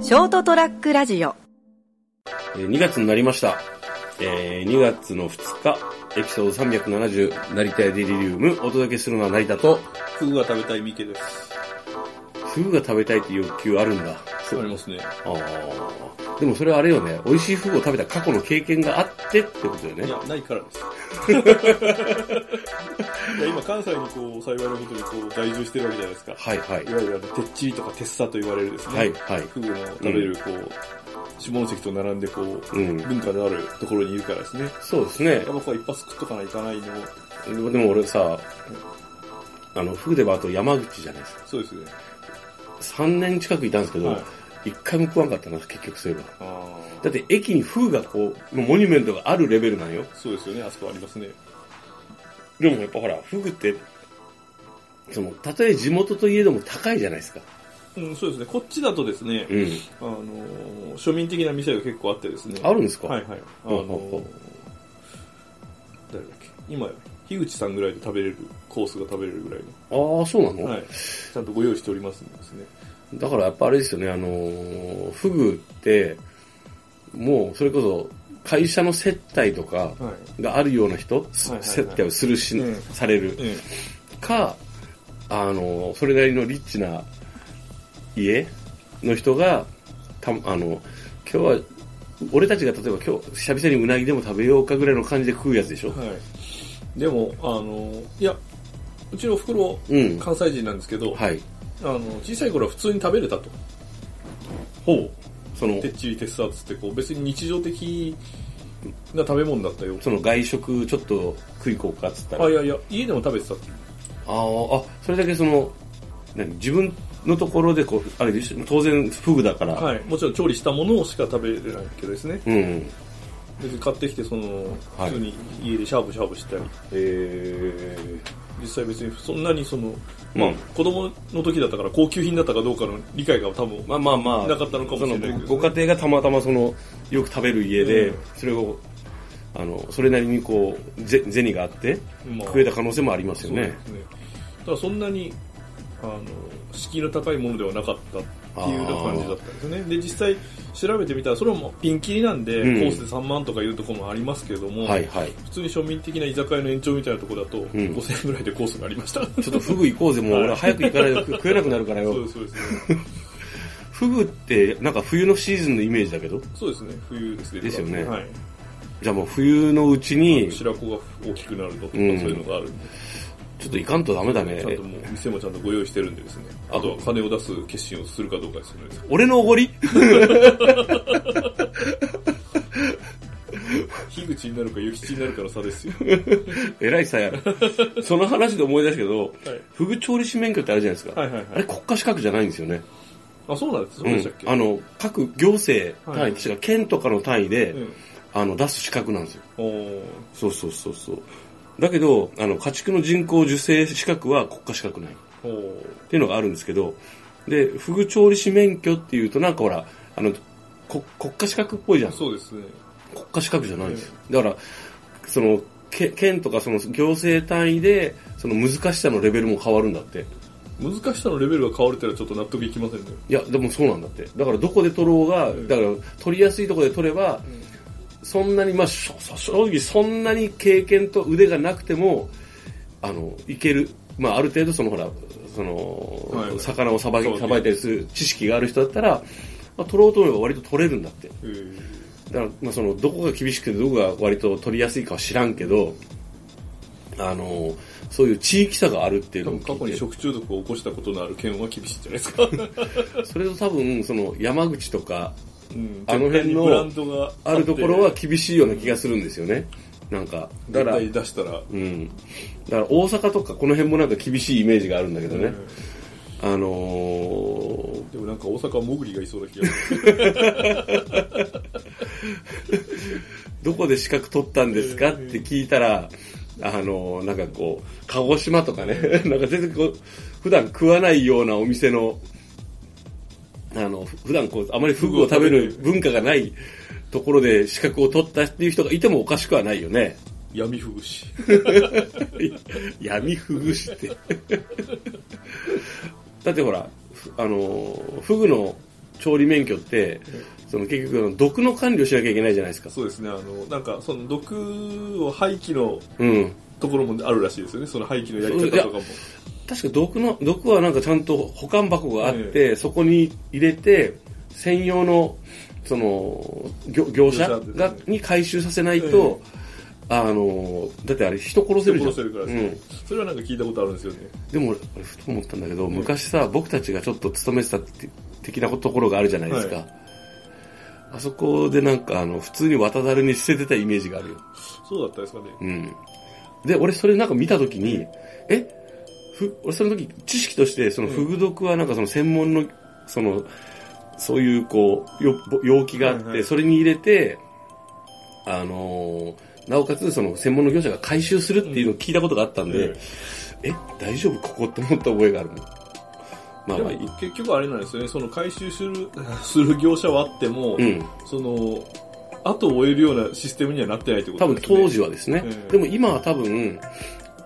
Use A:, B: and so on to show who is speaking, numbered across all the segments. A: ショートトラックラジオ
B: えー2月になりました。えー2月の2日、エピソード370、成田やデリリウム、お届けするのは成田と、
C: フグが食べたいミケです。
B: フグが食べたいっていう欲求あるんだ。
C: ありますね。
B: あーでもそれはあれよね、美味しいフグを食べた過去の経験があってってことだよ
C: い
B: ね
C: や。、 ないからです。いや、今関西にこう、幸いなことでこう、在住してるわけじゃないですか。
B: はいはい
C: い。わゆるあの、てっちりとかてっさと言われるですね。
B: はいはい。
C: フグの食べるこう、下関と並んでこう、
B: うん。
C: 文化であるところにいるからですね。
B: そうですね
C: やっ。ぱここは一発食っとかないといかないのも、
B: でもでも俺さ、あの、フグではあと山口じゃないですか。
C: そうですね。
B: 3年近くいたんですけど、
C: はい
B: 一回も食わんかったな、結局そういえば。
C: あ
B: だって駅にフグがこう、もうモニュメントがあるレベルなんよ。
C: ーそうですよね、あそこありますね。
B: でもやっぱほら、フグって、その、たとえ地元といえども高いじゃないですか。
C: うん、そうですね。こっちだとですね、
B: うん。
C: あのー、庶民的な店が結構あってですね。
B: あるんですか
C: はいはい。あ
B: ほう
C: の
B: ほうほう
C: 誰だっけ今、樋口さんぐらいで食べれる、コースが食べれるぐらい
B: ああ、そうなの、
C: の。はい。ちゃんとご用意しておりますんですね。
B: だからやっぱあれですよね、あのーフグって、もうそれこそ、会社の接待とか
C: はい。
B: があるような人、
C: いはい
B: 接待をするし、
C: うん
B: される。
C: え
B: か、あのーそれなりのリッチな家の人が、たあの、今日は、俺たちが例えば今日、久々にうなぎでも食べようかぐらいの感じで食うやつでしょ
C: え。はい。でも、あのー、いや、うちのお袋、
B: うん。
C: 関西人なんですけど、
B: はい。
C: あの、小さい頃は普通に食べれたと。
B: ほう。その
C: て、っちりてっさっつって、こう、別に日常的な食べ物だったよ。
B: その外食ちょっと食いこうかっつったら。
C: あ、
B: あ
C: いやいや、家でも食べてたって。
B: あー、あ、それだけその、何自分のところでこう、あれでしょ当然フグだから。
C: はい。もちろん調理したものしか食べれないけどですね。
B: うん。
C: 別に買ってきてその、
B: はい
C: 普通に家でシャーブシャーブしたり、
B: え
C: 実際別にそんなにその、
B: まあ、
C: 子供の時だったから高級品だったかどうかの理解が多分、
B: まあまあまあ、
C: なかったのかもしれないけどね
B: そのごご家庭がたまたまその、よく食べる家で、
C: うん
B: それを、あの、それなりにこう、ぜ銭があって、
C: まあ
B: 食えた可能性もあります
C: そ
B: よ
C: うです
B: ね
C: ね。。だからそんなに、あの、敷居の高いものではなかったっていうような感じだったんですよね。で、実際調べてみたら、それはもうピンキリなんで、
B: うん
C: コースで3万とかいうところもありますけれども、
B: はいはい。
C: 普通に庶民的な居酒屋の延長みたいなところだと、
B: ん
C: 5000円ぐらいでコースがありまし
B: ち
C: た。
B: ょっとフグ行こうぜ、もう俺は早く行かないと食食えなくなるからよ。
C: そうです、そうです、ね。
B: フグってなんか冬のシーズンのイメージだけど、
C: そうですね、冬ですね。
B: ですよね
C: はい。
B: じゃあもう冬のうちに、ちょ
C: 白子が大きくなるととかそう
B: うん
C: いうのがあるんで、
B: っと行かんとダメだね
C: ちゃ。んともう店もちゃんとご用意してるんでですね、
B: あ
C: あとは金を出す決心をするかどうかですよね。
B: 俺のおごり
C: 樋口になるか諭吉になるかの差 ですよ。
B: えらいさや。その話で思い出したけど、
C: はい
B: フグ調理師免許ってあるじゃないですか。
C: はいはい
B: あ
C: は
B: れ
C: い。
B: 国家資格じゃないんですよね。
C: あ、そうなんです。そうでしたっけ、
B: うんあの、各行政
C: は
B: 単
C: い
B: 位、違う県とかの単位で、
C: うん
B: あの、出す資格なんですよ。
C: おー
B: そうそうそうそう。だけど、あの、家畜の人工受精資格は国家資格ない。
C: おー
B: っていうのがあるんですけど、で、フグ調理師免許っていうとなんかほら、あの、こ国家資格っぽいじゃん。
C: そうですね。
B: 国家資格じゃないんですよ。だから、その、け県とかその行政単位で、その難しさのレベルも変わるんだって。
C: 難しさのレベルが変わるってのはちょっと納得いきませんね。
B: いや、でもそうなんだって。だからどこで取ろうが、
C: ん
B: だから取りやすいところで取れば、そんなに、まあ、しょそ正直そんなに経験と腕がなくても、あの、いける。まあ、ある程度そのほら、その、
C: はいはい
B: 魚をさばき
C: そうね
B: さばいたりする知識がある人だったら、まあ、取ろうと思えば割と取れるんだって。
C: えー
B: だから、まあ、その、どこが厳しくて、どこが割と取りやすいかは知らんけど、あの、そういう地域差があるっていう
C: 多
B: のを
C: 分過去
B: 聞い
C: に
B: て、
C: 食中毒を起こしたことのある県は厳しいんじゃない ですか。
B: それと多分、その、山口とか、
C: うん
B: あの辺の
C: ブランドが
B: あるところは厳しいような気がするんですよね。なんか、だか
C: 絶
B: ら、
C: 対出したら、
B: うん。だから大阪とかこの辺もなんか厳しいイメージがあるんだけどね。あのー、
C: でもなんか大阪はモグリがいそうな気がす る。
B: どこで資格取ったんですかって聞いたら、あのー、なんかこう、鹿児島とかね、 なんか全然こう、普段食わないようなお店の、あの、ふ普段こう、あまりフグを食べる文化がないところで資格を取ったっていう人がいてもおかしくはないよ ね。
C: 闇ふぐし。
B: 闇ふぐし ってだってほらふあのーフグの調理免許って、その結局、毒の管理をしなきゃいけないじゃないですか。
C: そうですね、あの、なんか、その毒を廃棄の
B: うん。
C: ところもあるらしいですよね、その廃棄のやり方とかも。
B: 確か毒の、毒はなんかちゃんと保管箱があって、そこに入れて、専用の、その、業業者
C: 業者です
B: が、
C: ね
B: に回収させないと、あの、だってあれ人殺せるじゃん。
C: 人殺せるからです
B: う
C: ね
B: ん。
C: それはなんか聞いたことあるんですよね。
B: でも俺、俺ふと思ったんだけど、昔さ、僕たちがちょっと勤めてたって的なところがあるじゃないですか。
C: は
B: あそこでなんか、あの、普通に渡だるに捨ててたイメージがあるよ。
C: そうだったですかね。
B: うん。で、俺それなんか見たときに、えふ、俺その時知識として、そのフグ毒はなんかその専門の、その、そういうこう、よ容器があって、
C: はいはい
B: それに入れて、あのーなおかつその専門の業者が回収するっていうのを聞いたことがあったんで、
C: うん
B: え、大丈夫ここって思った覚えがあるもん。まあま
C: でも
B: あいい。
C: 結局あれなんですよね、その回収するする業者はあっても、
B: うん。
C: その、後を追えるようなシステムにはなってないってこ
B: 多
C: と
B: 分
C: ですね。
B: 当時はですね、
C: うん
B: でも今は多分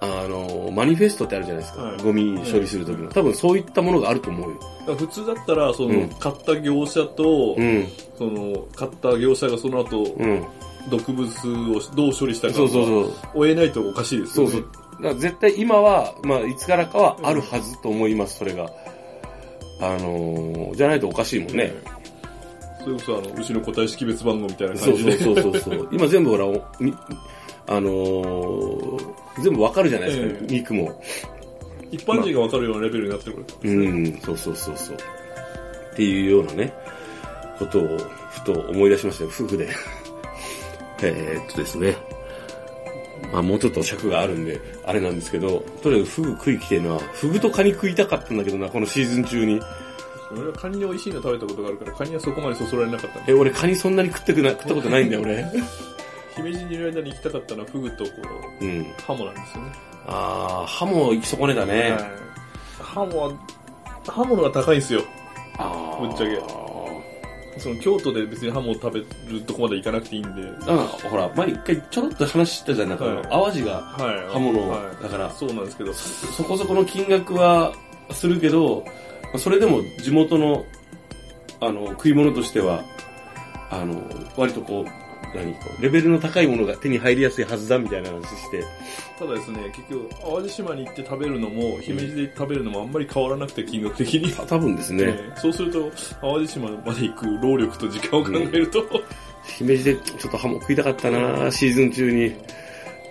B: あのマニフェストってあるじゃないですか、
C: はい
B: ゴミ処理する時の、多分そういったものがあると思うよ、
C: だから普通だったら、その、
B: うん
C: 買った業者と、
B: うん
C: その、買った業者がその後、
B: うん、
C: 毒物をどう処理したか
B: そうそう
C: う
B: そう
C: 追えないとおかしいです
B: そ
C: よ
B: う
C: ね。
B: そうだから絶対今は、まあ、いつからかはあるはずと思います、それがあのじゃないとおかしいもんね、
C: それこそ、あの、うちの個体識別番号みたいな
B: そ
C: 感
B: う
C: じ
B: そ
C: で。
B: うそうそうそう今全部ほらおにあのー全部わかるじゃないですか、
C: ええ
B: 肉も
C: 一般人がわかるようなレベルになってるから。
B: うん、そうそうそうそう。っていうようなね、ことをふと思い出しましたよ、夫婦で。 えーっとですね。まあもうちょっと尺があるんで、あれなんですけど、とりあえずフグ食いきてえな。フグとカニ食いたかったんだけどな、このシーズン中に。
C: 俺はカニの美味しいの食べたことがあるから、カニはそこまでそそられなかったんで。
B: え、俺カニそんなに食ってくな、食ったことないんだよ、 俺。
C: 姫路にいる間に行きたかったのはフグとこう、
B: うん。
C: ハモなんですよね。
B: あー、歯も行き損ねだね。
C: はいハモは、ハモのが高いんですよ。
B: あー
C: ぶっちゃけその京都で別にハモを食べるとこまで行かなくていいんで。
B: だから、ほら、前一回ちょろっと話したじゃん、なんか、
C: はい
B: 淡路が
C: はい。
B: 刃物を
C: はい
B: だから
C: そうなんですけど。
B: そこそこの金額はするけど、それでも地元のあの食い物としては、あの割とこう、何こうレベルの高いものが手に入りやすいはずだみたいな話して、
C: ただですね、結局、淡路島に行って食べるのも、姫路で食べるのもあんまり変わらなくて、金額的に。
B: た多分ですね、
C: ええそうすると、淡路島まで行く労力と時間を考えると、
B: 姫路でちょっとハモ食いたかったな、シーズン中に。っ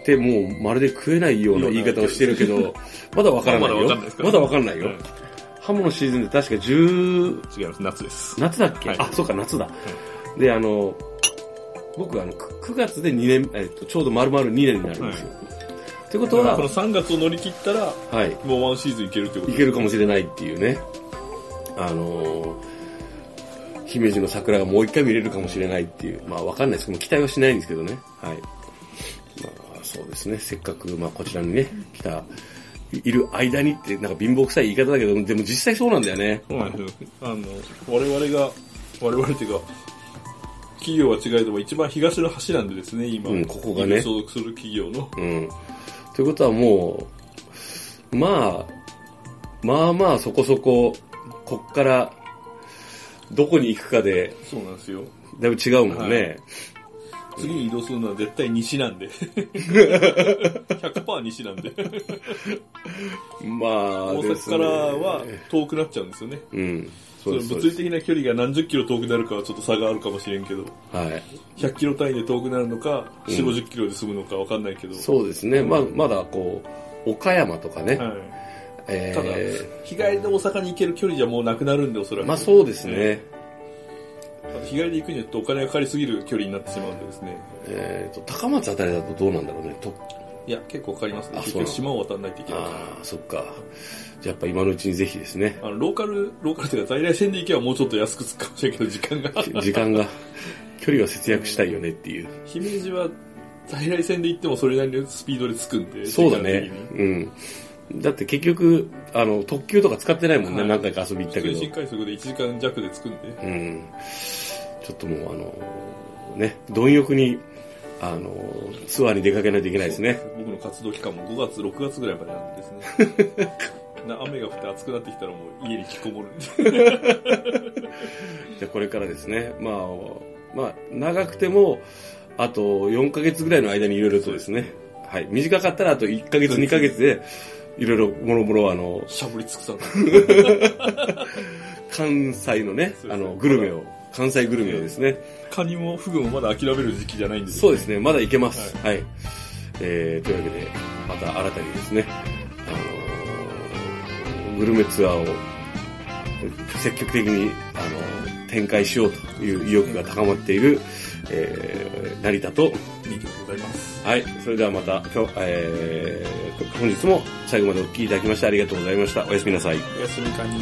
B: て、もうまるで食えないような言い方をしてるけど、 まだわからないよ。
C: まだわかんないですか
B: まだわかんないよ。
C: うん
B: ハモのシーズンで確か10、
C: 違います、夏です。
B: 夏だっけ、
C: はい
B: あ、そうか、夏だ。で、あの、僕あの、く9月で2年、えっと、ちょうど丸々2年になるんですよ。ってこと
C: だから
B: は
C: こ、の3月を乗り切ったら、
B: はい、
C: もうワンシーズン行けるってこと
B: いけるかもしれないっていうね。あのー姫路の桜がもう一回見れるかもしれないっていう、まあわかんないですけど、期待はしないんですけどね。はい。まあそうですね、せっかく、まあこちらにね、来た、いいる間にって、なんか貧乏くさい言い方だけど、でも実際そうなんだよね。
C: そうなんですよ。あの、我々が、我々っていうか、企業は違えども一番東の端なんでですね、今。
B: うんここがね
C: 所属する企業の。
B: うん。ということはもう、まあ、まあまあそこそこ、こっから、どこに行くかで、
C: そうなんですよ。
B: だいぶ違うもんね。
C: 次に移動するのは絶対西なんで。100%西なんで。
B: まあ、
C: 大
B: です
C: 阪
B: ね
C: からは遠くなっちゃうんですよね。
B: うん。
C: そ
B: そう
C: の
B: です。そう
C: 物
B: で
C: 理的な距離が何十キロ遠くなるかはちょっと差があるかもしれんけど、
B: すはい。
C: 100キロ単位で遠くなるのか、
B: うん
C: 4、50キロで済むのかわかんないけど、
B: そうですね。まあ、まだこう、岡山とかね。
C: はい、
B: え
C: ただ
B: ー、
C: 日帰りで大阪に行ける距離じゃもうなくなるんで、おそらく。
B: まあそうですね。
C: 日帰りで行くにはお金がかかりすぎる距離になってしまうんでですね。
B: えっと、高松あたりだとどうなんだろうね。と
C: いや、結構かかりますね。
B: あ
C: 結
B: そうな
C: 局
B: の
C: 島を渡らないといけない。
B: ああ、そっか。じゃあやっぱ今のうちにぜひですね。
C: あの、ローカル、ローカルというか在来線で行けばもうちょっと安くつくかもしれんけど、時間 が。
B: 時間が、 距離は節約したいよねっていう。
C: 姫路は在来線で行ってもそれなりのスピードで着くんで。
B: そうだね
C: 時間的
B: う
C: に。
B: ん。だって結局、あの、特急とか使ってないもんね、
C: はい
B: 何回か遊び行った
C: 普
B: け
C: 通に
B: ど
C: 新。快速で1時間弱で着くんで。
B: うん。ちょっともう、あの、ね、貪欲に、あの、ツアーに出かけないといけないですね。
C: 僕の活動期間も5月、6月ぐらいまでなんですね。な雨が降って暑くなってきたらもう家に引きこもる
B: じゃあこれからですね、まあ、まあ、長くても、あと4ヶ月ぐらいの間にいろいろとですね、はい、短かったらあと1ヶ月、2ヶ月で、いろいろもろもろあの、
C: しゃぶりつくさん
B: 関西のね
C: そうです、ね
B: あの、グルメを、関西グルメをですね、
C: カニもフグもまだ諦める時期じゃないんです
B: そう
C: よ
B: ですね、まだいけます。はい。えー、というわけで、また新たにですね、あのーグルメツアーを積極的に、あのー展開しようという意欲が高まっている、えー、成田と、
C: ありがとうございます
B: はい、それではまた、今日、えー、本日も最後までお聞きいただきましてありがとうございました。おやすみなさい。
C: おやすみカニ